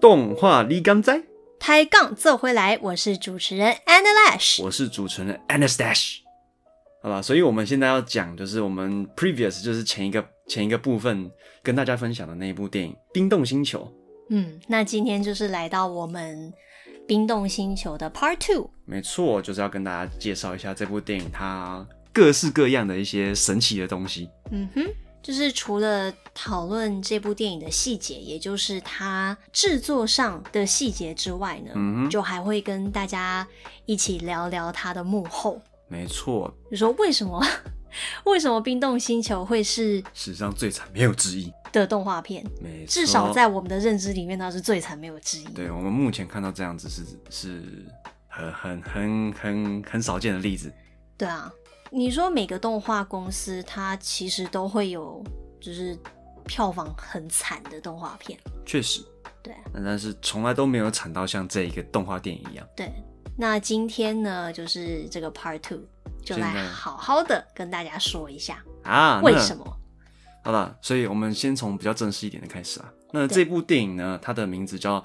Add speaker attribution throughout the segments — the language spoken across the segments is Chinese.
Speaker 1: 动画你敢在，
Speaker 2: 抬杠奏回来，我是主持人 Anna Lash。
Speaker 1: 我是主持人 Anastash。好吧，所以我们现在要讲，就是我们 previous 就是前一个前一个部分跟大家分享的那一部电影《冰冻星球》。
Speaker 2: 嗯，那今天就是来到我们冰冻星球的 Part Two。
Speaker 1: 没错，就是要跟大家介绍一下这部电影它各式各样的一些神奇的东西。
Speaker 2: 嗯哼，就是除了讨论这部电影的细节，也就是它制作上的细节之外呢，
Speaker 1: 嗯哼，
Speaker 2: 就还会跟大家一起聊聊它的幕后，
Speaker 1: 没错，
Speaker 2: 就说为什么 为什么冰冻星球会是
Speaker 1: 史上最惨没有之一。
Speaker 2: 的动画片，
Speaker 1: 没错，
Speaker 2: 至少在我们的认知里面，它是最惨没有之一。
Speaker 1: 对我们目前看到这样子是是很很很很很少见的例子。
Speaker 2: 对啊，你说每个动画公司它其实都会有，就是票房很惨的动画片。
Speaker 1: 确实，
Speaker 2: 对啊
Speaker 1: 那但是从来都没有惨到像这一个动画电影一样。
Speaker 2: 对，那今天呢，就是这个 Part Two，就来
Speaker 1: 现在
Speaker 2: 好好的跟大家说一下
Speaker 1: 啊，
Speaker 2: 为
Speaker 1: 那
Speaker 2: 什？么。
Speaker 1: 好了，所以我们先从比较正式一点的开始啊。那
Speaker 2: 对
Speaker 1: 这部电影呢，它的名字叫《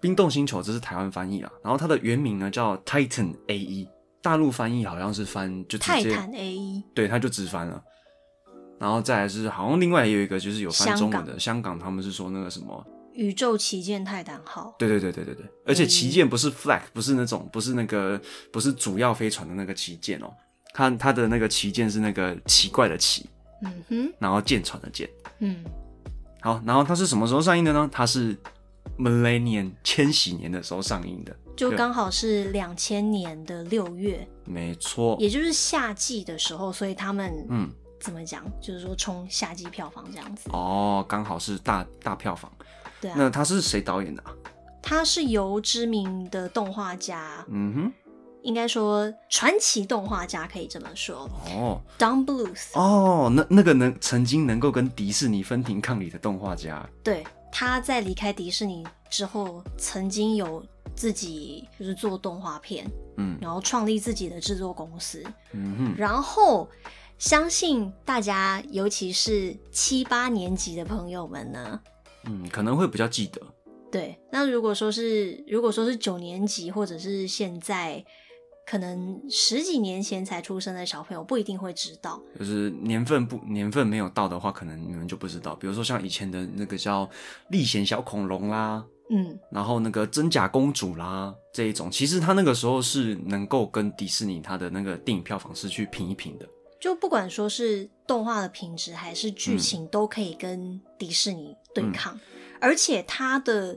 Speaker 1: 冰冻星球》，这是台湾翻译啊。然后它的原名呢叫《Titan A 一》，大陆翻译好像是翻就直
Speaker 2: 泰
Speaker 1: 接
Speaker 2: 坦 A 一，
Speaker 1: 对，它就直翻了。然后再来是好像另外也有一个就是有翻
Speaker 2: 香
Speaker 1: 中文
Speaker 2: 港
Speaker 1: 的，香港他们是说那个什么
Speaker 2: 宇宙旗舰泰坦号，
Speaker 1: 对对对对对
Speaker 2: 嗯
Speaker 1: 对，而且旗舰不是 flag，不是那种，不是那个，不是主要飞船的那个旗舰哦，它它的那个旗舰是那个奇怪的奇，
Speaker 2: 嗯哼，
Speaker 1: 然后舰船的舰。
Speaker 2: 嗯，
Speaker 1: 好，然后它是什么时候上映的呢？它是 millennium 千禧年的时候上映的，
Speaker 2: 就
Speaker 1: 对
Speaker 2: 刚好是两千年的六月，
Speaker 1: 没错。
Speaker 2: 也就是夏季的时候，所以他们
Speaker 1: 嗯，
Speaker 2: 怎么讲，就是说冲夏季票房这样子。
Speaker 1: 哦，刚好是大大票房。
Speaker 2: 对啊，
Speaker 1: 那它是谁导演的、啊？
Speaker 2: 它是由知名的动画家，
Speaker 1: 嗯
Speaker 2: 应该说传奇动画家可以这么说
Speaker 1: 哼，哦
Speaker 2: ，Don Bluth，、
Speaker 1: 哦，那那个能曾经能够跟迪士尼分庭抗礼的动画家，
Speaker 2: 对，他在离开迪士尼之后，曾经有自己就是做动画片，
Speaker 1: 嗯
Speaker 2: 然后创立自己的制作公司，
Speaker 1: 嗯哼。
Speaker 2: 然后相信大家，尤其是七八年级的朋友们呢，
Speaker 1: 嗯，可能会比较记得。
Speaker 2: 对，那如果说是如果说是九年级或者是现在可能十几年前才出生的小朋友，不一定会知道。
Speaker 1: 就是年份不年份没有到的话，可能你们就不知道。比如说像以前的那个叫《历险小恐龙》啦，
Speaker 2: 嗯，
Speaker 1: 然后那个《真假公主》啦这一种，其实它那个时候是能够跟迪士尼它的那个电影票房是去拼一拼的。
Speaker 2: 就不管说是动画的品质还是
Speaker 1: 嗯
Speaker 2: 剧情，都可以跟迪士尼对抗，而且它的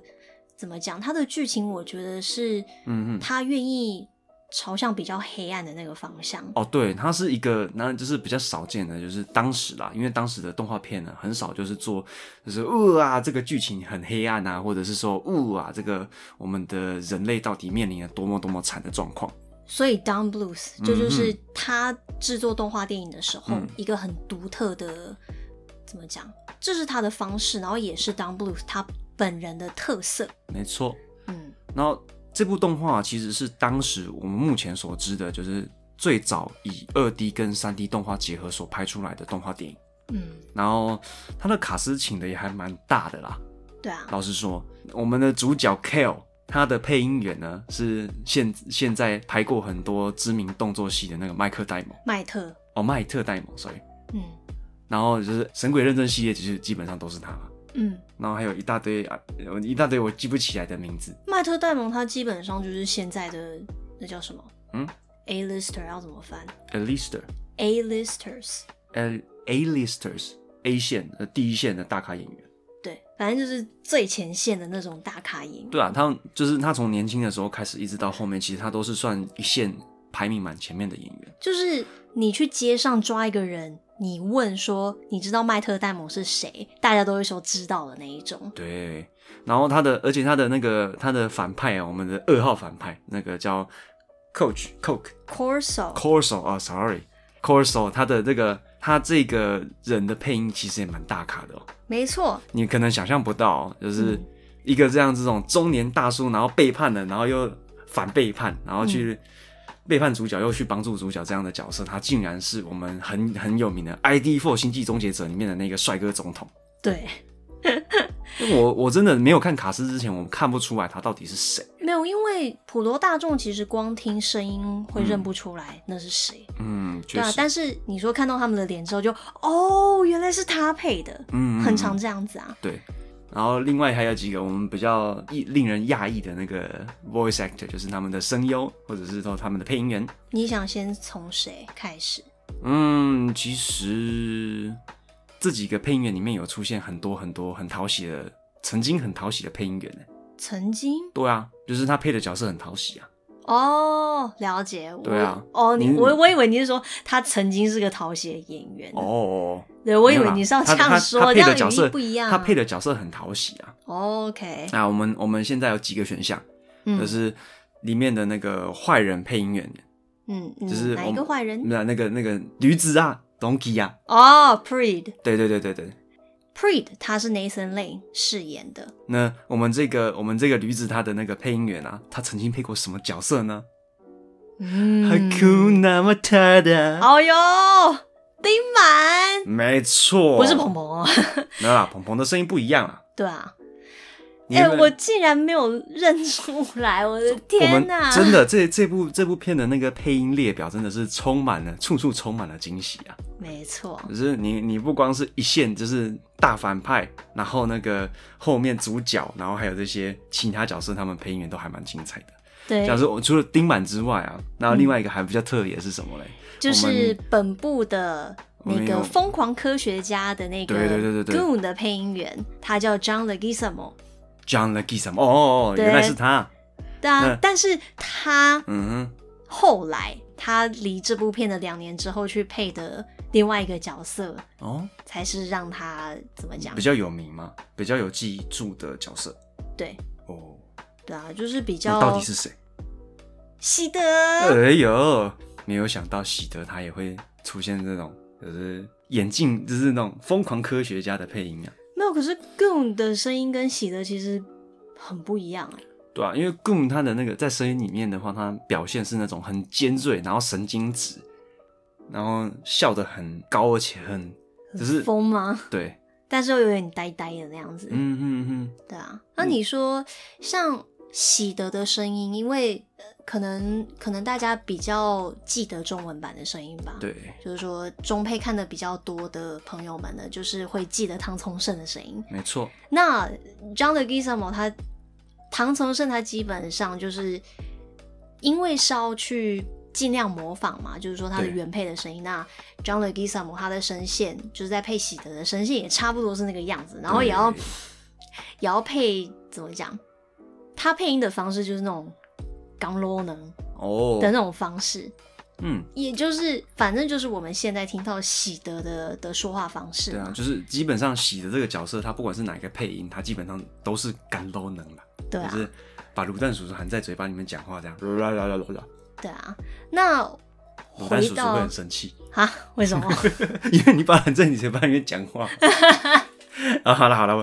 Speaker 2: 怎么讲，它的剧情我觉得是，
Speaker 1: 嗯嗯。
Speaker 2: 它愿意朝向比较黑暗的那个方向。
Speaker 1: 哦，对，它是一个，那就是比较少见的，就是当时啦，因为当时的动画片呢，很少就是做，就是呜啊，这个剧情很黑暗啊，或者是说呜啊，这个我们的人类到底面临了多么多么惨的状况。
Speaker 2: 所以 Don Bluth 这就是
Speaker 1: 嗯
Speaker 2: 他制作动画电影的时候、
Speaker 1: 嗯
Speaker 2: 一个很独特的，怎么讲？这是他的方式，然后也是 Don Bluth 他本人的特色。
Speaker 1: 没错，
Speaker 2: 嗯，
Speaker 1: 然后这部动画其实是当时我们目前所知的，就是最早以二 D 跟三 D 动画结合所拍出来的动画电影。
Speaker 2: 嗯，
Speaker 1: 然后它的卡斯请的也还蛮大的啦。
Speaker 2: 对啊，
Speaker 1: 老实说，我们的主角 Kale，他的配音员呢是现现在拍过很多知名动作戏的那个麦克戴蒙，
Speaker 2: 麦特，
Speaker 1: 哦，麦特戴蒙，sorry。
Speaker 2: 嗯
Speaker 1: 然后就是《神鬼认证》系列，其实基本上都是他啦。
Speaker 2: 嗯，
Speaker 1: 然后还有一大堆啊，呃一大堆我记不起来的名字。
Speaker 2: 麦特戴蒙他基本上就是现在的那叫什么？
Speaker 1: 嗯
Speaker 2: ，A lister 要怎么翻
Speaker 1: a l i s t e r
Speaker 2: ？A listers，
Speaker 1: 呃 A listers A 线呃第一线的大咖演员。
Speaker 2: 对，反正就是最前线的那种大咖演员。
Speaker 1: 对啊，他就是他从年轻的时候开始，一直到后面，其实他都是算一线排名蛮前面的演员。
Speaker 2: 就是你去街上抓一个人，你问说你知道麦特戴蒙是谁，大家都会说知道的那一种。
Speaker 1: 对，然后他的，而且他的那个他的反派啊，我们的二号反派那个叫 Coach Coke
Speaker 2: Corso
Speaker 1: Corso 啊，sorry Corso，他的这个他这个人的配音其实也蛮大咖的哦，
Speaker 2: 没错，
Speaker 1: 你可能想象不到哦、就是
Speaker 2: 嗯
Speaker 1: 一个这样这种中年大叔，然后背叛了，然后又反背叛，然后
Speaker 2: 嗯
Speaker 1: 去背叛主角，又去帮助主角这样的角色，他竟然是我们很很有名的《ID Four 星际终结者》里面的那个帅哥总统。
Speaker 2: 对，
Speaker 1: 因为我我真的没有看卡斯之前，我看不出来他到底是谁。
Speaker 2: 没有，因为普罗大众其实光听声音会认不出来那是谁，
Speaker 1: 嗯，
Speaker 2: 对
Speaker 1: 确
Speaker 2: 啊。
Speaker 1: 实，
Speaker 2: 但是你说看到他们的脸之后就，哦，原来是他配的，
Speaker 1: 嗯，嗯
Speaker 2: 很
Speaker 1: 嗯
Speaker 2: 常这样子啊。
Speaker 1: 对，然后另外还有几个我们比较意令人讶异的那个 voice actor，就是他们的声优或者是说他们的配音员。
Speaker 2: 你想先从谁开始？
Speaker 1: 嗯，其实这几个配音员里面有出现很多很多很讨喜的，曾经很讨喜的配音员呢。
Speaker 2: 曾经
Speaker 1: 对啊，就是他配的角色很讨喜啊。
Speaker 2: 哦，了解。我
Speaker 1: 对啊
Speaker 2: 哦，你
Speaker 1: 你
Speaker 2: 我我以为你是说他曾经是个讨喜的演员，
Speaker 1: 哦，
Speaker 2: 对我
Speaker 1: 没
Speaker 2: 以
Speaker 1: 有
Speaker 2: 为
Speaker 1: 啦
Speaker 2: 你是要
Speaker 1: 他
Speaker 2: 这样
Speaker 1: 他他
Speaker 2: 说，这
Speaker 1: 配
Speaker 2: 样
Speaker 1: 的角
Speaker 2: 语义
Speaker 1: 色
Speaker 2: 不一样啊。哦哎
Speaker 1: 他配的角色很讨喜啊。
Speaker 2: OK，
Speaker 1: 那我们我们现在有几个选项，
Speaker 2: 嗯
Speaker 1: 就是里面的那个坏人配音员，
Speaker 2: 嗯，嗯
Speaker 1: 就是
Speaker 2: 哪
Speaker 1: 我
Speaker 2: 一个
Speaker 1: 们
Speaker 2: 坏人？
Speaker 1: 那那个那个驴子啊，Donkey 啊，
Speaker 2: 哦，Preed。
Speaker 1: 对对对对对。
Speaker 2: Preed，他是 Nathan Lane 饰演的。
Speaker 1: 那我们这个我们这个驴子他的那个配音员啊，他曾经配过什么角色呢？
Speaker 2: 嗯
Speaker 1: 哈库那么他的，
Speaker 2: 哦哟，丁满、
Speaker 1: 没错，
Speaker 2: 不是鹏，鹏哦，
Speaker 1: 没有啦，鹏鹏的声音不一样啊。
Speaker 2: 对啊。
Speaker 1: 你
Speaker 2: 哎、
Speaker 1: 有没有
Speaker 2: 我竟然没有认出来，我的
Speaker 1: 我们
Speaker 2: 天哪！
Speaker 1: 真的这这部这部片的那个配音列表真的是充满了处处充满了惊喜啊！
Speaker 2: 没错，
Speaker 1: 就是你你不光是一线就是大反派，然后那个后面主角，然后还有这些其他角色，他们配音员都还蛮精彩的。
Speaker 2: 对
Speaker 1: 像，是我除了丁满之外啊，那另外一个还比较特别是什么嘞？
Speaker 2: 就是本部的
Speaker 1: 我
Speaker 2: 那
Speaker 1: 们
Speaker 2: 个
Speaker 1: 有
Speaker 2: 疯狂科学家的那个
Speaker 1: 对对对对对
Speaker 2: Goon 的配音员，他叫 John Leguizamo。
Speaker 1: John l e g i s m 哦哦哦，
Speaker 2: 对
Speaker 1: 原来是他。
Speaker 2: 对啊
Speaker 1: 嗯，
Speaker 2: 但是他
Speaker 1: 嗯哼，
Speaker 2: 后来他离这部片的两年之后去配的另外一个角色，
Speaker 1: 哦，
Speaker 2: 才是让他怎么讲
Speaker 1: 比？较有名嘛，比较有记住的角色。
Speaker 2: 对
Speaker 1: 哦，
Speaker 2: 对啊，就是比
Speaker 1: 那
Speaker 2: 较
Speaker 1: 到底是谁？
Speaker 2: 西德。
Speaker 1: 哎呦，没有想到喜德他也会出现这种，就是眼镜，就是那种疯狂科学家的配音啊。
Speaker 2: 没有，可是 Goon 的声音跟喜德其实很不一样哎、
Speaker 1: 对啊，因为 Goon 他的那个在声音里面的话，他表现是那种很尖锐，然后神经质，然后笑得很高，而且很就是
Speaker 2: 疯吗？
Speaker 1: 对，
Speaker 2: 但是又有点呆呆的那样子。
Speaker 1: 嗯嗯嗯，
Speaker 2: 对啊，那你说、像喜德的声音，因为、呃、可能可能大家比较记得中文版的声音吧。。
Speaker 1: 对，
Speaker 2: 就是说，中配看的比较多的朋友们呢，就是会记得唐从圣的声音。
Speaker 1: 没错，
Speaker 2: 那 John Leguizamo 他唐从圣他基本上就是因为是要去尽量模仿嘛，就是说他的
Speaker 1: 对
Speaker 2: 原配的声音。那 John Leguizamo 他的声线就是在配喜德的声线也差不多是那个样子，然后也要
Speaker 1: 对
Speaker 2: 也要配怎么讲？他配音的方式就是那种刚 low 能
Speaker 1: 哦，
Speaker 2: 的那种方式，
Speaker 1: 嗯，
Speaker 2: 也就是反正就是我们现在听到喜德的的说话方式
Speaker 1: 对啊
Speaker 2: 嘛，，
Speaker 1: 就是基本上喜的这个角色，他不管是哪一个配音，他基本上都是干都能了，
Speaker 2: 对啊，
Speaker 1: 就是把卤蛋叔叔含在嘴巴里面讲话这样，啦啦啦啦啦啦
Speaker 2: 对啊。那
Speaker 1: 卤蛋
Speaker 2: 回
Speaker 1: 叔叔会
Speaker 2: 到
Speaker 1: 很生气，
Speaker 2: 啊，为什么？
Speaker 1: 因为你把含在你嘴巴里面讲话。 啊，好了好了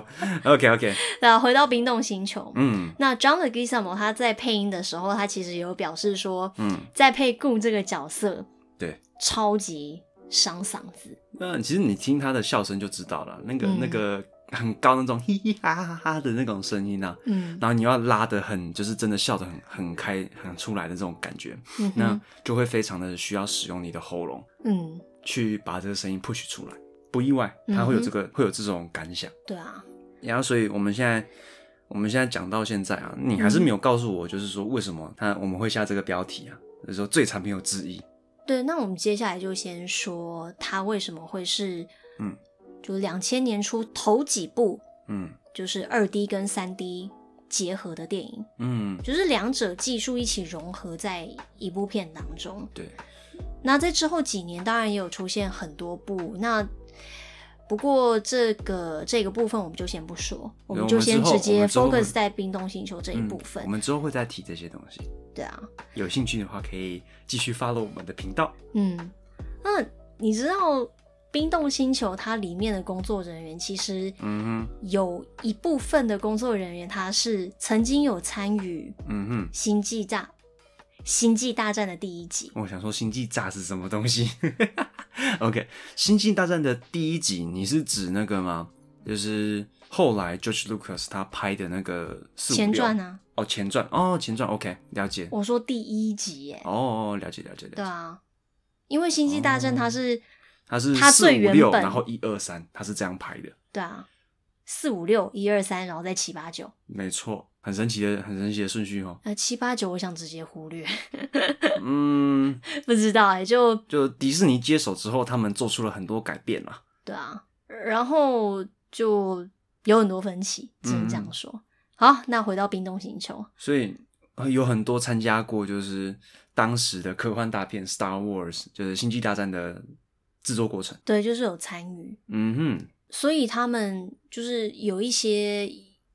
Speaker 1: ，OK OK，
Speaker 2: 那啊回到冰冻星球，
Speaker 1: 嗯
Speaker 2: 那 John Leguizamo 他在配音的时候，他其实有表示说，
Speaker 1: 嗯，
Speaker 2: 在配 Goon 这个角色
Speaker 1: 对。
Speaker 2: 超级伤嗓子，
Speaker 1: 那其实你听他的笑声就知道了，那个、
Speaker 2: 嗯
Speaker 1: 那个很高那种嘻嘻哈哈哈的那种声音啊，
Speaker 2: 嗯
Speaker 1: 然后你要拉的很，就是真的笑得很很开很出来的这种感觉，
Speaker 2: 嗯
Speaker 1: 那
Speaker 2: 哼
Speaker 1: 就会非常的需要使用你的喉咙。
Speaker 2: 嗯，
Speaker 1: 去把这个声音 push 出来，不意外，他会有这个、会有这种感想。
Speaker 2: 对啊，
Speaker 1: 然后，所以我们现在我们现在讲到现在啊，你还是没有告诉我，就是说为什么他我们会下这个标题啊，就是说最产品有之一。
Speaker 2: 对。那我们接下来就先说他为什么会是，
Speaker 1: 嗯，
Speaker 2: 就两千年初头几部
Speaker 1: 嗯
Speaker 2: 就是二 D 跟三 D 结合的电影，
Speaker 1: 嗯，
Speaker 2: 就是两者技术一起融合在一部片当中。
Speaker 1: 对，
Speaker 2: 那在之后几年，当然也有出现很多部。那不过这个这个部分我们就先不说，我们就先直
Speaker 1: 我
Speaker 2: 接
Speaker 1: 们之后
Speaker 2: focus 在冰冻星球这一
Speaker 1: 嗯
Speaker 2: 部分。
Speaker 1: 我们之后会再提这些东西，
Speaker 2: 对啊，
Speaker 1: 有兴趣的话可以继续 follow 我们的频道。
Speaker 2: 嗯，那你知道冰冻星球它里面的工作人员，其实
Speaker 1: 嗯
Speaker 2: 有一部分的工作人员他是曾经有参与
Speaker 1: 哼嗯哼
Speaker 2: 《星际大星际大战》的第一集。
Speaker 1: 我想说《星际炸》是什 么东西？OK，《星际大战》的第一集，你是指那个吗？就是后来 George Lucas 他拍的那个四五
Speaker 2: 前
Speaker 1: 六
Speaker 2: 传啊，
Speaker 1: 哦，前传哦，前传 OK，了解。
Speaker 2: 我说第一集耶，
Speaker 1: 哦，了解了解了
Speaker 2: 对
Speaker 1: 解。
Speaker 2: 啊，因为星际大
Speaker 1: 哦
Speaker 2: 战它是、
Speaker 1: 他是
Speaker 2: 它
Speaker 1: 四
Speaker 2: 最
Speaker 1: 五
Speaker 2: 原
Speaker 1: 六，
Speaker 2: 本
Speaker 1: 然后一二三，他是这样排的，
Speaker 2: 对啊，四五六一二三，然后再七八九，。
Speaker 1: 没错，很神奇的，很神奇的顺序哦
Speaker 2: 呃七八九我想直接忽略，
Speaker 1: 嗯，
Speaker 2: 不知道哎、就
Speaker 1: 就迪士尼接手之后，他们做出了很多改变哦啦。
Speaker 2: 对啊，然后就有很多分歧，只能这样说。好，那回到冰冻星球，
Speaker 1: 所以呃有很多参加过就是当时的科幻大片《Star Wars》，就是《星际大战》的制作过程。
Speaker 2: 对，就是有参与，
Speaker 1: 嗯哼，
Speaker 2: 所以他们就是有一些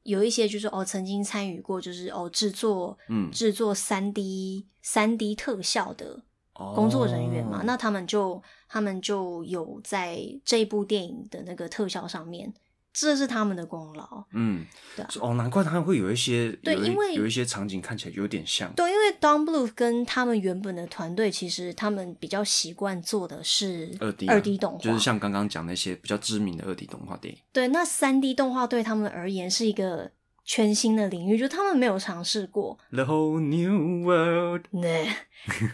Speaker 2: 有一些就是哦，曾经参与过就是哦制作
Speaker 1: 嗯，
Speaker 2: 制作三 D 三 D 特效的工作人员嘛，
Speaker 1: 哦
Speaker 2: 那他们就他们就有在这部电影的那个特效上面，这是他们的功劳。
Speaker 1: 嗯，
Speaker 2: 对啊
Speaker 1: 哦，难怪他会有一些
Speaker 2: 对
Speaker 1: 有一
Speaker 2: 因为
Speaker 1: 有一些场景看起来有点像。
Speaker 2: 对，因为 Don Bluth 跟他们原本的团队，其实他们比较习惯做的是
Speaker 1: 二 D 啊
Speaker 2: 二 D 动画，
Speaker 1: 就是像刚刚讲那些比较知名的二 D 动画电影。
Speaker 2: 对，那三 D 动画对他们而言是一个全新的领域，就他们没有尝试过，
Speaker 1: The whole new world。
Speaker 2: 对，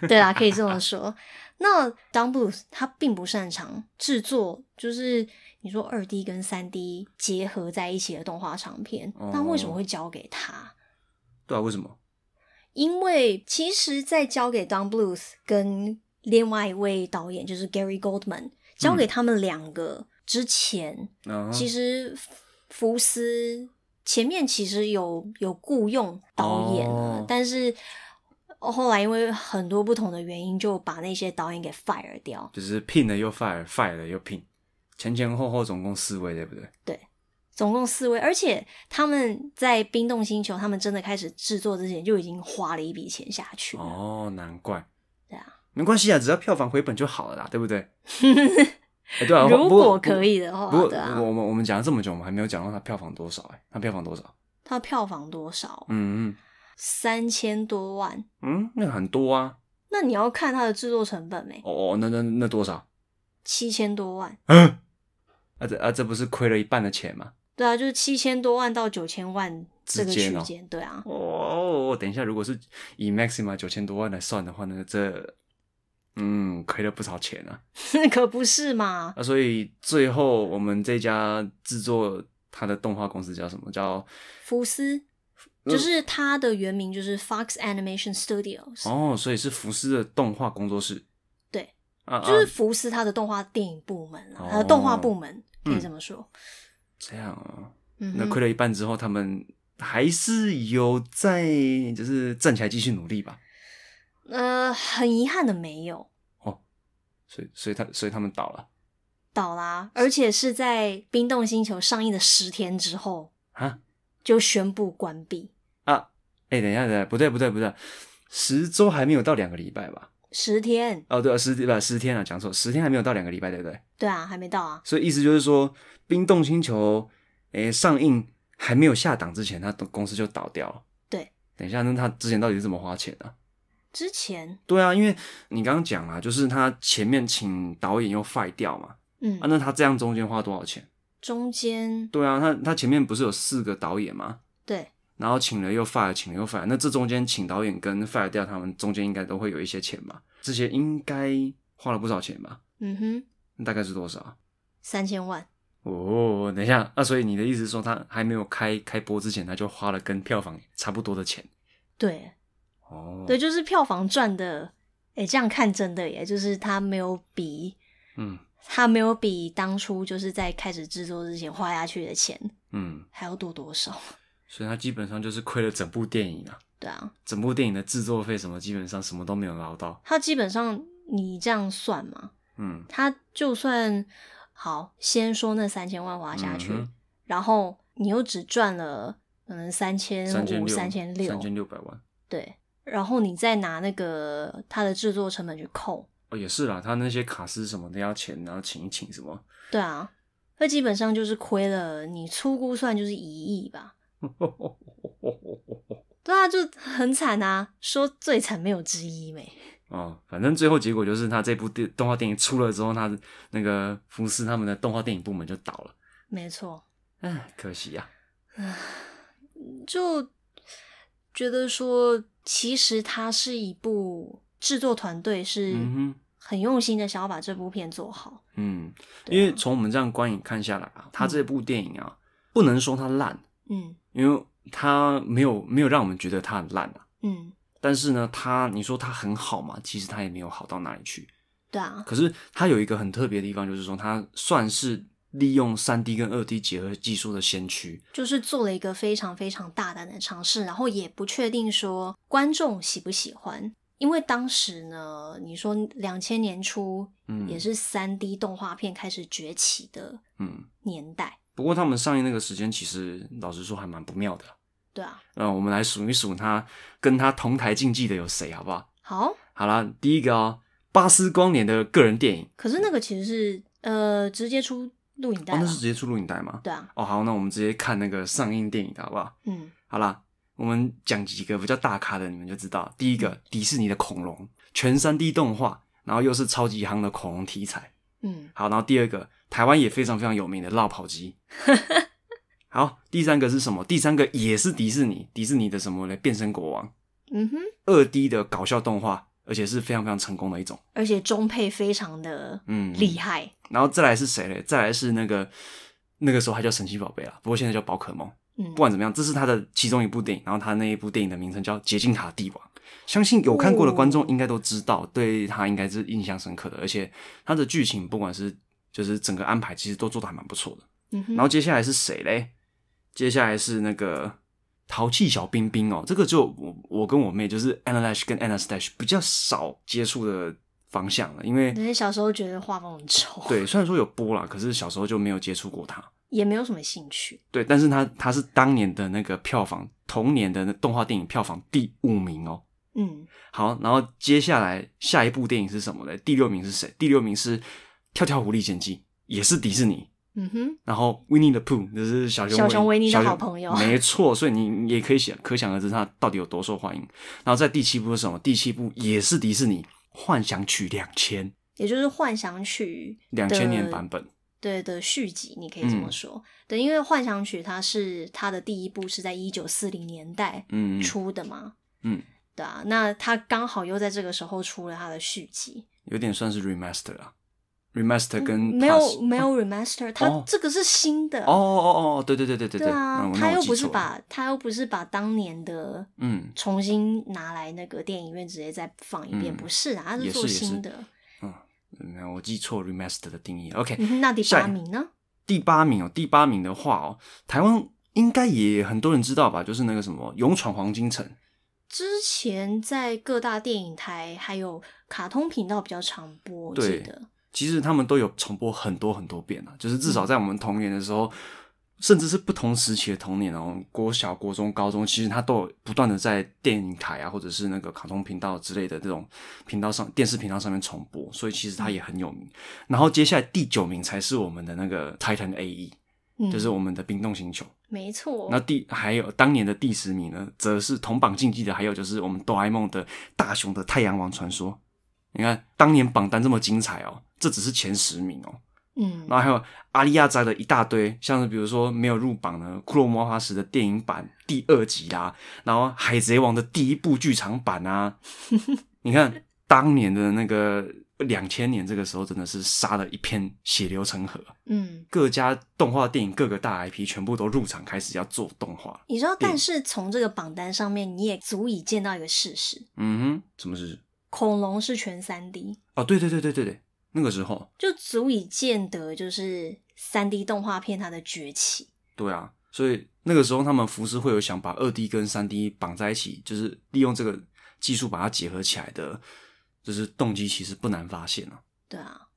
Speaker 2: 对啦，可以这么说。那 Don Bluth 他并不擅长制作，就是你说二 D 跟三 D 结合在一起的动画长片，那为什么
Speaker 1: 哦
Speaker 2: 会交给他？
Speaker 1: 对啊，为什么？
Speaker 2: 因为其实，在交给 Don Bluth 跟另外一位导演就是 Gary Goldman 交给他们两个之前，
Speaker 1: 啊、
Speaker 2: 其实福斯前面其实有有雇佣导演啊，
Speaker 1: 哦
Speaker 2: 但是后来因为很多不同的原因，就把那些导演给 fire 掉。
Speaker 1: 就是聘了又 fire，fire 了又聘，前前后后总共四位，对不对？
Speaker 2: 总共四位，而且他们在《冰冻星球》他们真的开始制作之前，就已经花了一笔钱下去了。
Speaker 1: 哦，难怪。
Speaker 2: 对啊，
Speaker 1: 没关系啊，只要票房回本就好了啦，对不 对？哎对啊，
Speaker 2: 如
Speaker 1: 不过
Speaker 2: 果可以的话
Speaker 1: 不过
Speaker 2: 对啊
Speaker 1: 我们我们讲了这么久，我们还没有讲到它票房多少哎、它票房多少？
Speaker 2: 它票房多少？
Speaker 1: 嗯
Speaker 2: 三千多万。
Speaker 1: 嗯嗯，那很多啊。
Speaker 2: 那你要看它的制作成本没、欸
Speaker 1: 哦哦，那那那多少？
Speaker 2: 七千多万。
Speaker 1: 啊，啊这啊这不是亏了一半的钱吗？
Speaker 2: 对啊，就是七千多万到九千万这个
Speaker 1: 之间
Speaker 2: 区
Speaker 1: 哦
Speaker 2: 间。对啊，
Speaker 1: 哦，等一下，如果是以 Maxima 九千多万来算的话呢，这嗯亏了不少钱啊。
Speaker 2: 可不是嘛？
Speaker 1: 啊，所以最后我们这家制作它的动画公司叫什么？叫
Speaker 2: 福斯
Speaker 1: 嗯
Speaker 2: 就是它的原名就是 Fox Animation Studios，、
Speaker 1: 哦，所以是福斯的动画工作室。
Speaker 2: 对，
Speaker 1: 啊啊
Speaker 2: 就是福斯它的动画电影部门啊，它的
Speaker 1: 哦
Speaker 2: 动画部门可以
Speaker 1: 嗯
Speaker 2: 这么说。
Speaker 1: 这样啊。
Speaker 2: 嗯
Speaker 1: 那
Speaker 2: 哼
Speaker 1: 亏了一半之后，他们还是有在就是站起来继续努力吧。
Speaker 2: 呃，很遗憾的没有
Speaker 1: 所以，所以他，所以他们倒了
Speaker 2: 倒啦，而且是在《冰冻星球》上映的十天之后
Speaker 1: 啊。
Speaker 2: 就宣布关闭。
Speaker 1: 哎、等一下，等一下，不对，不对，不对，十周还没有到两个礼拜吧？
Speaker 2: 十天，
Speaker 1: 哦，对、啊，十不十天啊，讲错，十天还没有到两个礼拜，对不对？
Speaker 2: 对啊，还没到啊，
Speaker 1: 所以意思就是说，《冰冻星球》诶上映还没有下档之前，他的公司就倒掉了。
Speaker 2: 对，
Speaker 1: 等一下，那他之前到底是怎么花钱啊？
Speaker 2: 之前，
Speaker 1: 对啊，因为你刚刚讲啊，就是他前面请导演又 f 掉嘛，
Speaker 2: 嗯，
Speaker 1: 啊，那他这样中间花多少钱？
Speaker 2: 中间，
Speaker 1: 对啊，他他前面不是有四个导演吗？
Speaker 2: 对，
Speaker 1: 然后请了又 fire，请了又 fire，那这中间请导演跟 fire 掉他们中间应该都会有一些钱吧？这些应该花了不少钱吧？
Speaker 2: 嗯哼，
Speaker 1: 那大概是多少啊？
Speaker 2: 三千万。
Speaker 1: 哦，等一下，那、所以你的意思是说，他还没有开开播之前，他就花了跟票房差不多的钱？
Speaker 2: 对，
Speaker 1: 哦，
Speaker 2: 对，，就是票房赚的，诶、这样看真的耶，就是他没有比
Speaker 1: 嗯
Speaker 2: 他没有比当初就是在开始制作之前花下去的钱
Speaker 1: 嗯，
Speaker 2: 还要多多少，
Speaker 1: 所以他基本上就是亏了整部电影啊，
Speaker 2: 对啊，
Speaker 1: 整部电影的制作费什么基本上什么都没有捞到。
Speaker 2: 他基本上你这样算嘛，
Speaker 1: 嗯，
Speaker 2: 他就算好，先说那三千万花下去，
Speaker 1: 嗯哼
Speaker 2: 然后你又只赚了可能三千
Speaker 1: 三千
Speaker 2: 五、
Speaker 1: 六，
Speaker 2: 三千六
Speaker 1: 三，千六百万。
Speaker 2: 对，然后你再拿那个它的制作成本去扣，
Speaker 1: 哦，也是啦，他那些卡司什么的要钱，然后请一请什么。
Speaker 2: 对啊，那基本上就是亏了，你粗估算就是一亿吧。对啊，就很惨啊，说最惨没有之一没。
Speaker 1: 哦，反正最后结果就是他这部电动画电影出了之后，他那个福斯他们的动画电影部门就倒了。
Speaker 2: 没错，
Speaker 1: 唉，可惜啊呀、
Speaker 2: 就觉得说，其实它是一部制作团队是
Speaker 1: 嗯哼。
Speaker 2: 很用心的想要把这部片做好。
Speaker 1: 嗯，
Speaker 2: 对
Speaker 1: 因为
Speaker 2: 啊
Speaker 1: 从我们这样观影看下来啊，他这部电影啊，不能说它烂，
Speaker 2: 嗯
Speaker 1: 因为它没有没有让我们觉得它很烂啊。
Speaker 2: 嗯，
Speaker 1: 但是呢，它你说它很好嘛，其实它也没有好到哪里去。
Speaker 2: 对啊，
Speaker 1: 可是它有一个很特别的地方，就是说它算是利用三 D 跟二 D 结合技术的先驱。
Speaker 2: 就是做了一个非常非常大胆的尝试，然后也不确定说观众喜不喜欢。因为当时呢，你说两千年初，
Speaker 1: 嗯
Speaker 2: 也是三 D 动画片开始崛起的
Speaker 1: 嗯，
Speaker 2: 年代，
Speaker 1: 不过他们上映那个时间，其实老实说还蛮不妙的。
Speaker 2: 对啊。
Speaker 1: 那我们来数一数它跟它同台竞技的有谁，好不好？
Speaker 2: 好，
Speaker 1: 好啦，第一个哦，巴斯光年的个人电影，
Speaker 2: 可是那个其实是呃直接出录影带
Speaker 1: 哦，
Speaker 2: 了，
Speaker 1: 那是直接出录影带吗？
Speaker 2: 对啊，
Speaker 1: 哦，好，那我们直接看那个上映电影的好不好？
Speaker 2: 嗯，
Speaker 1: 好啦，我们讲几个比较大咖的，你们就知道。第一
Speaker 2: 嗯
Speaker 1: 个，迪士尼的恐龙，全3 D 动画，然后又是超级夯的恐龙题材。
Speaker 2: 嗯，
Speaker 1: 好，然后第二个，台湾也非常非常有名的绕跑 机。好，第三个是什么？第三个也是迪士尼，迪士尼的什么呢？变身国王，
Speaker 2: 嗯哼，
Speaker 1: 二 D 的搞笑动画，而且是非常非常成功的一种。
Speaker 2: 而且中配非常的
Speaker 1: 嗯
Speaker 2: 厉害，
Speaker 1: 然后再来是谁嘞？再来是那个那个时候还叫神奇宝贝啦，不过现在叫宝可梦。
Speaker 2: 嗯
Speaker 1: 不，管怎么样，这是他的其中一部电影，然后他那一部电影的名称叫《捷径塔帝王》，相信有看过的观众应该都知道，对他应该是印象深刻的，而且他的剧情不管是就是整个安排，其实都做的还蛮不错的。
Speaker 2: 嗯哼，
Speaker 1: 然后接下来是谁嘞？接下来是那个淘气小冰冰哦，这个就我我跟我妹就是 Analash 跟 Anastash 比较少接触的方向了，因为
Speaker 2: 那些小时候觉得画风很丑，，
Speaker 1: 对虽然说有播啦，可是小时候就没有接触过它。
Speaker 2: 也没有什么兴趣，
Speaker 1: 对，但是他他是当年的那个票房，同年的那动画电影票房第五名哦。
Speaker 2: 嗯，
Speaker 1: 好，然后接下来下一部电影是什么呢？第六名是谁？第六名是《跳跳狐狸剑记》，也是迪士尼。
Speaker 2: 嗯哼，
Speaker 1: 然后 Winnie the Pooh 就是小熊
Speaker 2: 小熊维尼的
Speaker 1: 小熊
Speaker 2: 好朋友
Speaker 1: 没错。所以你你也可以想，可想而知它到底有多受欢迎。然后在第七部是什么？第七部也是迪士尼，《幻想曲两千》
Speaker 2: 也就是《幻想曲》
Speaker 1: 两千年版本。嗯
Speaker 2: 对的续集，你可以这么说，对，因为《幻想曲》它是它的第一部是在一九四零年代
Speaker 1: 嗯，
Speaker 2: 出的嘛，
Speaker 1: 嗯，
Speaker 2: 对啊，那它刚好又在这个时候出了它的续集，
Speaker 1: 有点算是 remaster 啊，remaster 跟
Speaker 2: 嗯没有
Speaker 1: Plus
Speaker 2: 没有 remaster，它
Speaker 1: 哦
Speaker 2: 这个是新的
Speaker 1: 哦哦哦哦，对对对对对
Speaker 2: 对
Speaker 1: 对，
Speaker 2: 啊
Speaker 1: 嗯，
Speaker 2: 他
Speaker 1: 我那我
Speaker 2: 又不
Speaker 1: 记
Speaker 2: 是
Speaker 1: 错了
Speaker 2: 把他又不是把当年的
Speaker 1: 嗯
Speaker 2: 重新拿来那个电影院直接再放一遍，
Speaker 1: 嗯
Speaker 2: 不是啊，他
Speaker 1: 也是
Speaker 2: 做
Speaker 1: 也是
Speaker 2: 新的。
Speaker 1: 嗯没有我记错 remaster 的定义了。OK，、
Speaker 2: 嗯哼那第
Speaker 1: 下一
Speaker 2: 八名呢？
Speaker 1: 第八名哦，第八名的话哦，台湾应该也很多人知道吧，就是那个什么《勇闯黄金城》。
Speaker 2: 之前在各大电影台还有卡通频道比较常播，我记
Speaker 1: 对
Speaker 2: 得。
Speaker 1: 其实他们都有重播很多很多遍啊，就是至少在我们童年的时候，甚至是不同时期的童年哦，国小、国中、高中，其实它都有不断的在电影台啊，或者是那个卡通频道之类的这种频道上、电视频道上面重播，所以其实它也很有名。然后接下来第九名才是我们的那个 Titan A E，
Speaker 2: 嗯，
Speaker 1: 就是我们的冰冻星球。
Speaker 2: 没错
Speaker 1: 那。第还有当年的第十名呢，则是同榜竞技的，还有就是我们哆啦 A 梦的大雄的太阳王传说。你看当年榜单这么精彩哦，这只是前十名哦。
Speaker 2: 嗯
Speaker 1: 然后还有阿利亚扎的一大堆，像是比如说没有入榜的《骷髅魔法使》的电影版第二集啦、然后《海贼王》的第一部剧场版啊。你看当年的那个两千年，这个时候真的是杀了一片血流成河，
Speaker 2: 嗯，
Speaker 1: 各家动画电影各个大 IP 全部都入场开始要做动画了。
Speaker 2: 你知道，
Speaker 1: 对
Speaker 2: 但是从这个榜单上面，你也足以见到一个事实：
Speaker 1: 嗯哼，什么事？
Speaker 2: 恐龙是全三 D，
Speaker 1: 哦，对对对对对对，那个时候，
Speaker 2: 就足以见得就是三 D 动画片它的崛起。
Speaker 1: 对啊，所以那个时候他们服饰会有想把二 D 跟三 D 绑在一起，就是利用这个技术把它结合起来的，就是动机其实不难发现啊。
Speaker 2: 对啊，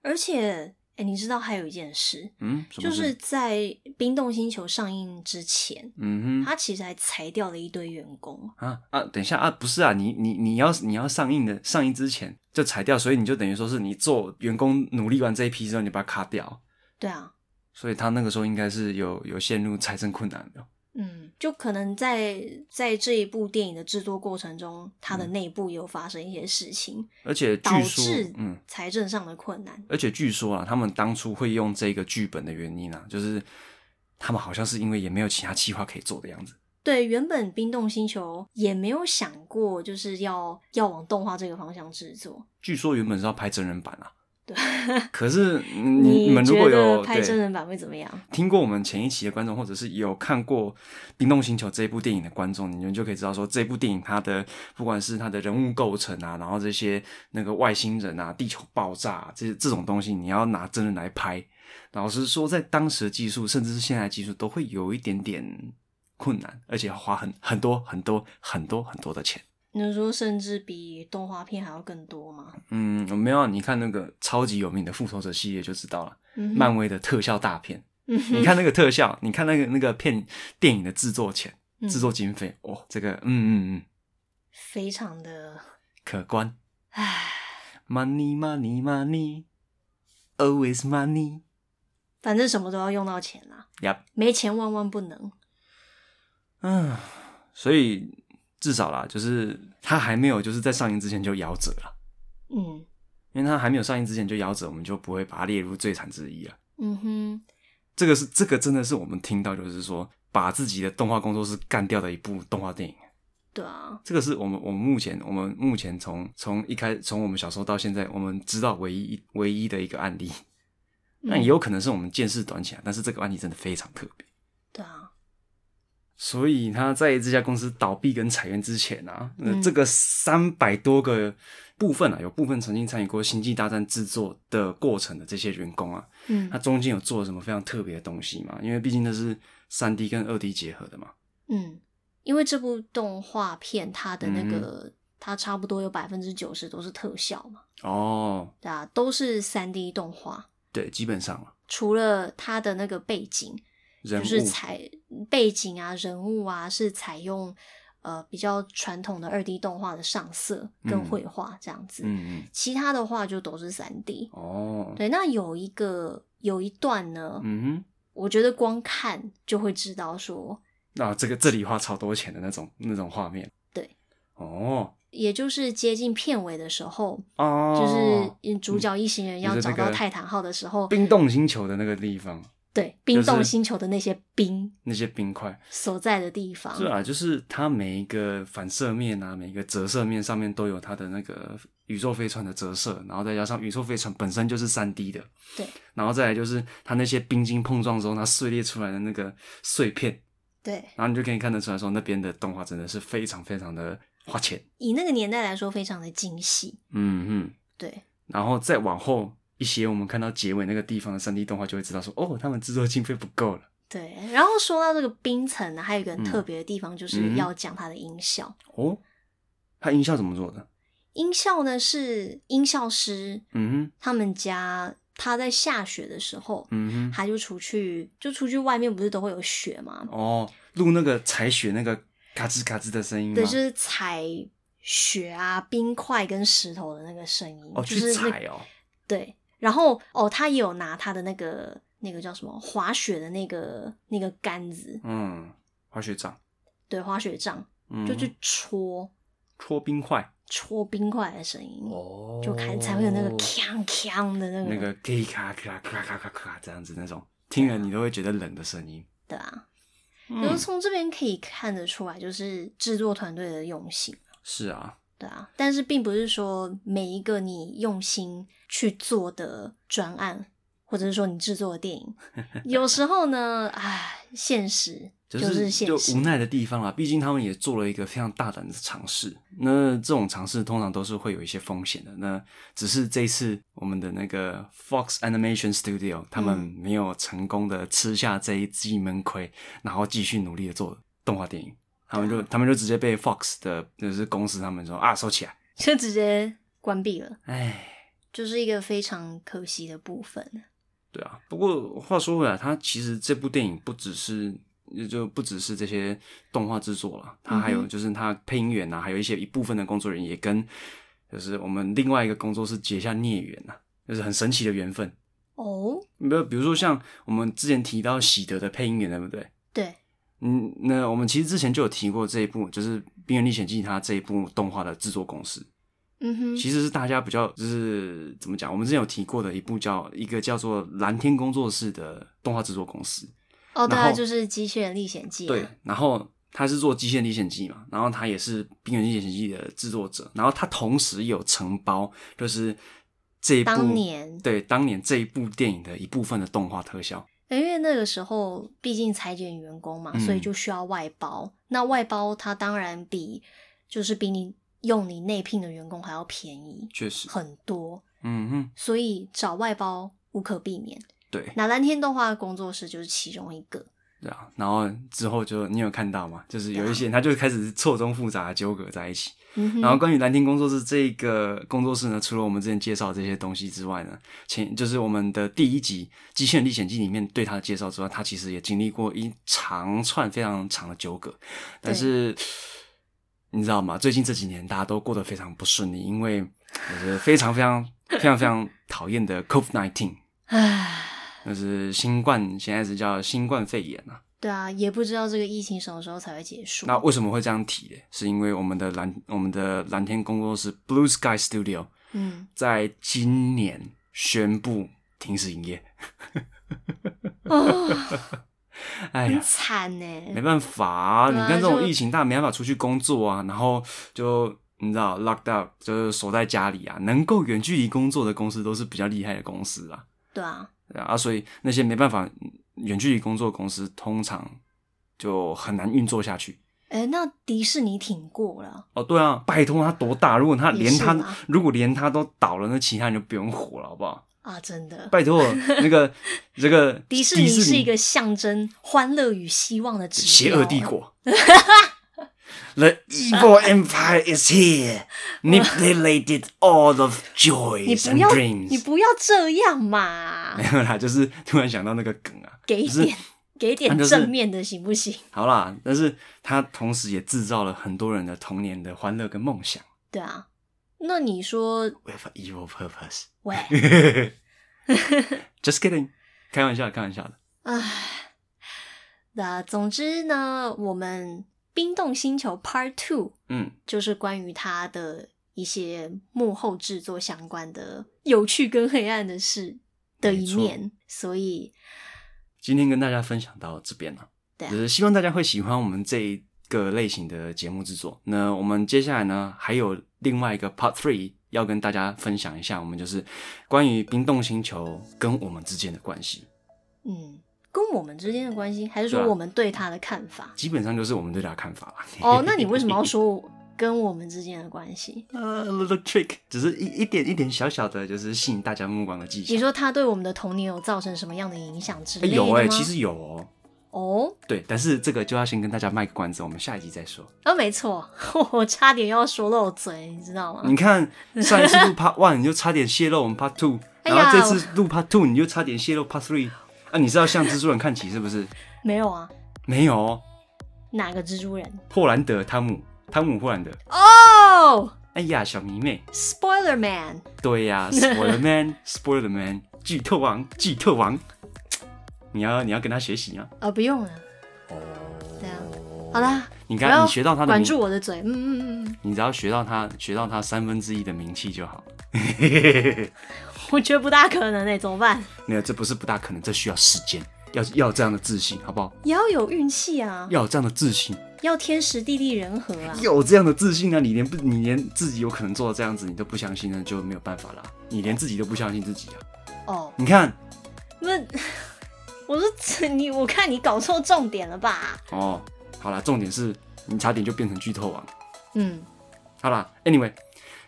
Speaker 2: 而且，哎，你知道还有一件事，
Speaker 1: 嗯，什么
Speaker 2: 就
Speaker 1: 事
Speaker 2: 是在《冰冻星球》上映之前，
Speaker 1: 嗯哼。
Speaker 2: 他其实还裁掉了一堆员工。
Speaker 1: 啊啊！等一下啊，不是啊，你你你要你要上映的上映之前就裁掉，所以你就等于说是你做员工努力完这一批之后，你把它卡掉，
Speaker 2: 对啊，
Speaker 1: 所以他那个时候应该是有有陷入财政困难的。
Speaker 2: 嗯，就可能在在这一部电影的制作过程中，它
Speaker 1: 嗯
Speaker 2: 的内部有发生一些事情，
Speaker 1: 而且
Speaker 2: 导
Speaker 1: 据说
Speaker 2: 致，
Speaker 1: 嗯，
Speaker 2: 财政上的困难。
Speaker 1: 而且据说啊，他们当初会用这个剧本的原因啊，就是他们好像是因为也没有其他企划可以做的样子。
Speaker 2: 对，原本《冰冻星球》也没有想过就是要要往动画这个方向制作。
Speaker 1: 据说原本是要拍真人版啊，
Speaker 2: 对，
Speaker 1: 可是嗯你们如
Speaker 2: 觉
Speaker 1: 果
Speaker 2: 得
Speaker 1: 有
Speaker 2: 拍
Speaker 1: 对
Speaker 2: 真人版会怎么样？
Speaker 1: 听过我们前一期的观众，或者是有看过《冰冻星球》这部电影的观众，你们就可以知道说，这部电影它的不管是它的人物构成啊，然后这些那个外星人啊、地球爆炸、啊、这些这种东西，你要拿真人来拍，老实说，在当时的技术，甚至是现在的技术，都会有一点点困难，而且要花很很多很多很多很多的钱。
Speaker 2: 你说甚至比动画片还要更多吗？
Speaker 1: 嗯，没有啊，你看那个超级有名的《复仇者》系列就知道了，
Speaker 2: 嗯哼，
Speaker 1: 漫威的特效大片。
Speaker 2: 嗯哼
Speaker 1: 你看那个特效，你看那个那个片电影的制作钱、
Speaker 2: 嗯
Speaker 1: 制作经费，哦，这个嗯嗯嗯，
Speaker 2: 非常的，
Speaker 1: 可观。
Speaker 2: 唉，
Speaker 1: Money, money, money, always money。
Speaker 2: 反正什么都要用到钱啦，
Speaker 1: Yep，
Speaker 2: 没钱万万不能。
Speaker 1: 嗯，所以至少啦，就是它还没有就是在上映之前就夭折了，
Speaker 2: 嗯
Speaker 1: 因为它还没有上映之前就夭折，我们就不会把它列入最惨之一了。
Speaker 2: 嗯哼，
Speaker 1: 这个是这个真的是我们听到就是说把自己的动画工作室干掉的一部动画电影。
Speaker 2: 对啊，
Speaker 1: 这个是我们我们目前我们目前从从一开从我们小时候到现在，我们知道唯一唯一的一个案例。那也
Speaker 2: 嗯
Speaker 1: 有可能是我们见识短浅，但是这个案例真的非常特别。
Speaker 2: 对啊，
Speaker 1: 所以他在这家公司倒闭跟裁员之前啊，呃
Speaker 2: 嗯
Speaker 1: 这个三百多个部分啊，有部分曾经参与过《星际大战》制作的过程的这些员工啊，
Speaker 2: 嗯
Speaker 1: 他中间有做了什么非常特别的东西嘛？因为毕竟那是三 D 跟二 D 结合的嘛。
Speaker 2: 嗯，因为这部动画片它的那
Speaker 1: 嗯
Speaker 2: 个，它差不多有百分之九十都是特效嘛，
Speaker 1: 哦，
Speaker 2: 对啊，都是三 D 动画，
Speaker 1: 对，基本上啊，
Speaker 2: 除了它的那个背景，
Speaker 1: 人
Speaker 2: 就
Speaker 1: 物
Speaker 2: 是采背景啊、人物啊，是采用呃比较传统的二 D 动画的上色跟
Speaker 1: 嗯
Speaker 2: 绘画这样子，
Speaker 1: 嗯嗯，
Speaker 2: 其他的话就都是三 D。
Speaker 1: 哦，
Speaker 2: 对，那有一个有一段呢，
Speaker 1: 嗯哼。
Speaker 2: 我觉得光看就会知道说，
Speaker 1: 那、这个这里花超多钱的那种那种画面。
Speaker 2: 对。
Speaker 1: 哦
Speaker 2: 也就是接近片尾的时候，
Speaker 1: 哦，
Speaker 2: 就是嗯主角一行人要
Speaker 1: 就是
Speaker 2: 找
Speaker 1: 那
Speaker 2: 到
Speaker 1: 个
Speaker 2: 泰坦号的时候，
Speaker 1: 冰冻星球的那个地方，
Speaker 2: 对冰冻
Speaker 1: 就是
Speaker 2: 星球的那些冰
Speaker 1: 那些冰块。
Speaker 2: 所在的地方，
Speaker 1: 是啊，就是它每一个反射面啊，每一个折射面上面都有它的那个宇宙飞船的折射，然后再加上宇宙飞船本身就是三 D 的，
Speaker 2: 对，
Speaker 1: 然后再来就是它那些冰晶碰撞之后，它碎裂出来的那个碎片，
Speaker 2: 对，
Speaker 1: 然后你就可以看得出来说那边的动画真的是非常非常的花钱。
Speaker 2: 以那个年代来说，非常的精细。
Speaker 1: 嗯嗯。
Speaker 2: 对，
Speaker 1: 然后再往后一些，我们看到结尾那个地方的三 D 动画，就会知道说，哦，他们制作经费不够了。
Speaker 2: 对，然后说到这个冰层呢，还有一个很
Speaker 1: 嗯
Speaker 2: 特别的地方，就
Speaker 1: 嗯
Speaker 2: 是
Speaker 1: 哼
Speaker 2: 要讲它的音效。
Speaker 1: 哦，他音效怎么做的？
Speaker 2: 音效呢是音效师
Speaker 1: 嗯哼，
Speaker 2: 他们家，他在下雪的时候，
Speaker 1: 嗯哼，
Speaker 2: 他就出去，就出去外面不是都会有雪吗？
Speaker 1: 哦，录那个踩雪那个嘎吱嘎吱的声音吗？
Speaker 2: 对，就是踩雪啊、冰块跟石头的那个声音，
Speaker 1: 哦，
Speaker 2: 就
Speaker 1: 去
Speaker 2: 是那
Speaker 1: 踩哦，
Speaker 2: 对。然后哦，他也有拿他的那个那个叫什么滑雪的那个那个杆子，
Speaker 1: 嗯，滑雪杖，
Speaker 2: 对，滑雪杖
Speaker 1: 嗯，
Speaker 2: 就去戳、
Speaker 1: 戳冰块，
Speaker 2: 戳冰块的声音，
Speaker 1: 哦
Speaker 2: 就开才会有那个锵锵的那个
Speaker 1: 那个咔咔咔咔咔咔咔这样子那种，听了你都会觉得冷的声音。
Speaker 2: 对啊。
Speaker 1: 嗯
Speaker 2: 就是从这边可以看得出来，就是制作团队的用心，
Speaker 1: 是啊，
Speaker 2: 对啊。但是并不是说每一个你用心去做的专案，或者是说你制作的电 影，有时候呢，唉，现实
Speaker 1: 就是
Speaker 2: 现
Speaker 1: 无
Speaker 2: 实，
Speaker 1: 奈的地方啦。毕竟他们也做了一个非常大胆的尝试，那这种尝试通常都是会有一些风险的。那只是这一次我们的那个 Fox Animation Studio 他们
Speaker 2: 嗯
Speaker 1: 没有成功的吃下这一记闷亏，然后继续努力的做动画电影。他们就他们就直接被 Fox 的就是公司他们说啊收起来，
Speaker 2: 就直接关闭了，
Speaker 1: 哎。
Speaker 2: 就是一个非常可惜的部分。
Speaker 1: 对啊，不过话说回来，它其实这部电影不只是就不只是这些动画制作了，它还
Speaker 2: 嗯
Speaker 1: 有
Speaker 2: 哼
Speaker 1: 就是它配音员啊，还有一些一部分的工作人员也跟就是我们另外一个工作室结下孽缘啊，就是很神奇的缘分。
Speaker 2: 哦，
Speaker 1: 没有，比如说像我们之前提到喜德的配音员，对不对？
Speaker 2: 对，
Speaker 1: 嗯，那我们其实之前就有提过这一部，就是《冰原历险记》它这一部动画的制作公司。
Speaker 2: 嗯哼，
Speaker 1: 其实是大家比较就是怎么讲，我们之前有提过的一部叫一个叫做蓝天工作室的动画制作公司，
Speaker 2: 哦，对
Speaker 1: 然
Speaker 2: 啊，
Speaker 1: 后
Speaker 2: 就是《机器人历险记》
Speaker 1: 对
Speaker 2: 啊，，
Speaker 1: 然后他是做《极限历险记》嘛，然后他也是《冰原历险记》的制作者，然后他同时有承包就是这一部
Speaker 2: 当年
Speaker 1: 对当年这一部电影的一部分的动画特效，
Speaker 2: 因为那个时候毕竟裁减员工嘛，
Speaker 1: 嗯
Speaker 2: 所以就需要外包。那外包它当然比就是比你用你内聘的员工还要便宜
Speaker 1: 确实，
Speaker 2: 很多，
Speaker 1: 嗯哼，
Speaker 2: 所以找外包无可避免。
Speaker 1: 对，
Speaker 2: 那蓝天动画工作室就是其中一个。
Speaker 1: 对啊，然后之后就你有看到吗？就是有一
Speaker 2: 对啊
Speaker 1: 些他就开始错综复杂的纠葛在一起。
Speaker 2: 嗯
Speaker 1: 然后
Speaker 2: 哼，
Speaker 1: 关于蓝天工作室这个工作室呢，除了我们之前介绍这些东西之外呢，前就是我们的第一集《极限历险记》里面对他的介绍之外，他其实也经历过一长串非常长的纠葛。但是你知道吗？最近这几年大家都过得非常不顺利，因为就是非常非常非常非常讨厌的 COVID nineteen，
Speaker 2: 唉，
Speaker 1: 就是新冠，现在是叫新冠肺炎啊。
Speaker 2: 对啊，也不知道这个疫情什么时候才会结束。
Speaker 1: 那为什么会这样提呢？是因为我们的蓝我们的蓝天工作室 Blue Sky Studio
Speaker 2: 嗯，
Speaker 1: 在今年宣布停止营业。啊
Speaker 2: 哦，
Speaker 1: 哎
Speaker 2: 很
Speaker 1: 呀，
Speaker 2: 惨呢、
Speaker 1: 没办法、啊，
Speaker 2: 嗯对
Speaker 1: 你
Speaker 2: 啊
Speaker 1: 看这种
Speaker 2: 就
Speaker 1: 疫情，大家没办法出去工作啊，然后就你知道 locked up 就是锁在家里啊。能够远距离工作的公司都是比较厉害的公司啊，
Speaker 2: 对啊，
Speaker 1: 对啊，啊所以那些没办法远距离工作的公司，通常就很难运作下去。
Speaker 2: 哎，那迪士尼挺过了，
Speaker 1: 哦，对啊，拜托他多大？如果他连他
Speaker 2: 也是啦
Speaker 1: 如果连他都倒了，那其他人就不用活了，好不好？
Speaker 2: 啊，真的。
Speaker 1: 拜托，那个这个
Speaker 2: 迪士尼是一个象征欢乐与希望的指标。
Speaker 1: 邪恶帝， 国。The evil empire is here, manipulated all of
Speaker 2: 你
Speaker 1: joys
Speaker 2: 不
Speaker 1: and
Speaker 2: 要，你
Speaker 1: dreams。
Speaker 2: 不要这样嘛
Speaker 1: 没！有啦，就是突然想到那个梗啊。
Speaker 2: 给一
Speaker 1: 就是
Speaker 2: 点，给一点
Speaker 1: 那就是
Speaker 2: 正面的行不行？
Speaker 1: 好啦，但是他同时也制造了很多人的童年的欢乐跟梦想。
Speaker 2: 对啊，那你说，
Speaker 1: We have an evil purpose.
Speaker 2: 喂，
Speaker 1: Just kidding，开玩笑，开玩笑的。
Speaker 2: 唉，那总之呢，我们《冰冻星球 Part Two》
Speaker 1: 嗯，
Speaker 2: 就是关于它的一些幕后制作相关的有趣跟黑暗的事的
Speaker 1: 没
Speaker 2: 一
Speaker 1: 错
Speaker 2: 面，所以
Speaker 1: 今天跟大家分享到这边了、
Speaker 2: 对啊
Speaker 1: 就是希望大家会喜欢我们这一个类型的节目制作。那我们接下来呢，还有另外一个 Part Three 要跟大家分享一下，我们就是关于冰冻星球跟我们之间的关系，
Speaker 2: 嗯，跟我们之间的关系，还是说
Speaker 1: 对啊
Speaker 2: 我们对他的看 法？
Speaker 1: 基本上就是我们对它的看法啦。
Speaker 2: 哦，那你为什么要说跟我们之间的关 系？
Speaker 1: 呃、little trick，只是一一点一点小小的，就是吸引大家目光的技巧。
Speaker 2: 你说他对我们的童年有造成什么样的影响之
Speaker 1: 哎
Speaker 2: 类的吗？
Speaker 1: 有哎、其实有哦。
Speaker 2: 哦，
Speaker 1: 对，但是这个就要先跟大家卖个关子，我们下一集再说。
Speaker 2: 啊，没错， 我差点要说漏嘴，你知道吗？
Speaker 1: 你看上一次 录 Part One 你就差点泄露我们 Part Two，
Speaker 2: 哎
Speaker 1: 然
Speaker 2: 呀
Speaker 1: 后这次录 Part Two 你就差点泄露 Part Three，啊，你是要向蜘蛛人看齐是不 是？
Speaker 2: 没有啊，
Speaker 1: 没有哦，
Speaker 2: 哪个蜘蛛人？
Speaker 1: 霍兰德汤姆，汤姆霍兰德。
Speaker 2: 哦、
Speaker 1: 哎呀，小迷妹，
Speaker 2: s p o i l e r Man，
Speaker 1: 对呀、s p o i l e r Man，Spoiler Man，剧透王，剧透王，你要你要跟他学习啊。
Speaker 2: 呃，不用了，对啊，好啦，
Speaker 1: 哦你
Speaker 2: 我要
Speaker 1: 看，你学到他的
Speaker 2: 管
Speaker 1: 名，
Speaker 2: 住我的嘴，嗯嗯嗯嗯，
Speaker 1: 你只要学到他，学到他三分之一的名气就好。
Speaker 2: 我觉得不大可能诶、欸怎么办？
Speaker 1: 没有，这不是不大可能，这需要时间，要要有这样的自信，好不好？
Speaker 2: 也要有运气啊，
Speaker 1: 要有这样的自信。
Speaker 2: 要天时地利人和啊，
Speaker 1: 有这样的自信啊，你连不你连自己有可能做到这样子，你都不相信，那就没有办法啦。你连自己都不相信自己啊！
Speaker 2: 哦。
Speaker 1: 你看
Speaker 2: 那 我说 你，我看你搞错重点了吧？
Speaker 1: 哦，好啦，重点是你差点就变成剧透王。
Speaker 2: 嗯，
Speaker 1: 好啦 a n y w a y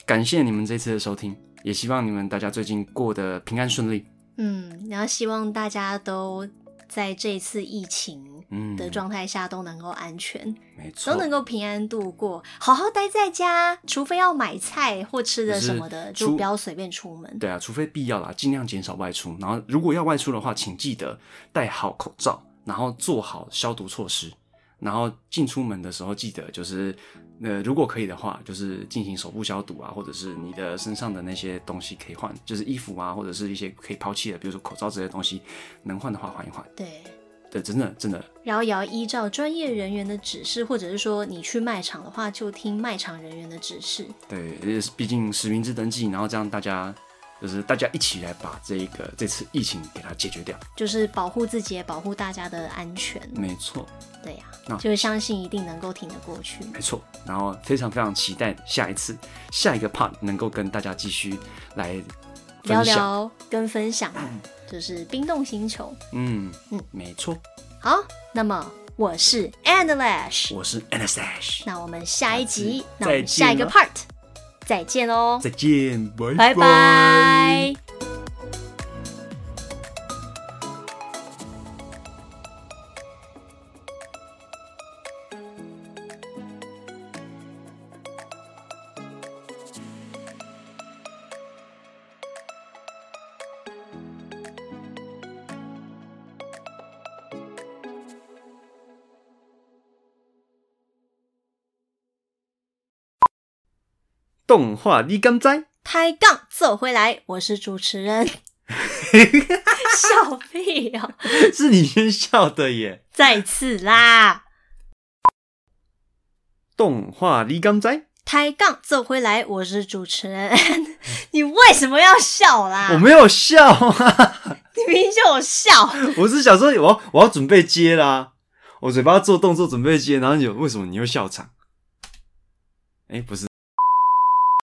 Speaker 1: 感谢你们这次的收听，也希望你们大家最近过得平安顺利。
Speaker 2: 嗯，然后希望大家都在这次疫情
Speaker 1: 嗯，
Speaker 2: 的状态下都能够安全，
Speaker 1: 没错
Speaker 2: 都，能够平安度过，好好待在家，除非要买菜或吃的
Speaker 1: 就是
Speaker 2: 什么的，就
Speaker 1: 出
Speaker 2: 不要随便出门。
Speaker 1: 对啊，除非必要啦，尽量减少外出。然后如果要外出的话，请记得戴好口罩，然后做好消毒措施。然后进出门的时候，记得就是，呃，如果可以的话，就是进行手部消毒啊，或者是你的身上的那些东西可以换，就是衣服啊，或者是一些可以抛弃的，比如说口罩这些东西，能换的话换一换。
Speaker 2: 对。
Speaker 1: 对，真的真的，
Speaker 2: 然后也要依照专业人员的指示，或者是说你去卖场的话，就听卖场人员的指示。
Speaker 1: 对，呃毕竟实名制登记，然后这样大家就是大家一起来把这一个这次疫情给它解决掉。
Speaker 2: 就是保护自己，也保护大家的安全。
Speaker 1: 没错，
Speaker 2: 对呀、
Speaker 1: 那
Speaker 2: 就是相信一定能够挺得过去。
Speaker 1: 没错。然后非常非常期待下一次下一个 part 能够跟大家继续来
Speaker 2: 聊
Speaker 1: 分享。
Speaker 2: 聊跟分享，就是冰冻星球。
Speaker 1: 嗯
Speaker 2: 嗯
Speaker 1: 嗯，没错。
Speaker 2: 好，那么我是 Anlash，
Speaker 1: 我是 Anastash，
Speaker 2: 那我们下一集，
Speaker 1: 下次
Speaker 2: 那我们下一个
Speaker 1: 再
Speaker 2: part 再见喽，
Speaker 1: 再见，拜
Speaker 2: 拜拜。
Speaker 1: 动画你敢 知？
Speaker 2: 抬杠走回来，我是主 持人。笑屁哦！
Speaker 1: 是你先笑的耶。
Speaker 2: 再次啦，
Speaker 1: 动画你敢知？
Speaker 2: 抬杠走回来，我是主持 人。你为什么要笑啦？
Speaker 1: 我没有笑啊，
Speaker 2: 你明明就有笑，
Speaker 1: 我是想说我要我要准备接啦，我嘴巴做动作准备接，然后你有为什么你又笑场？哎、不是。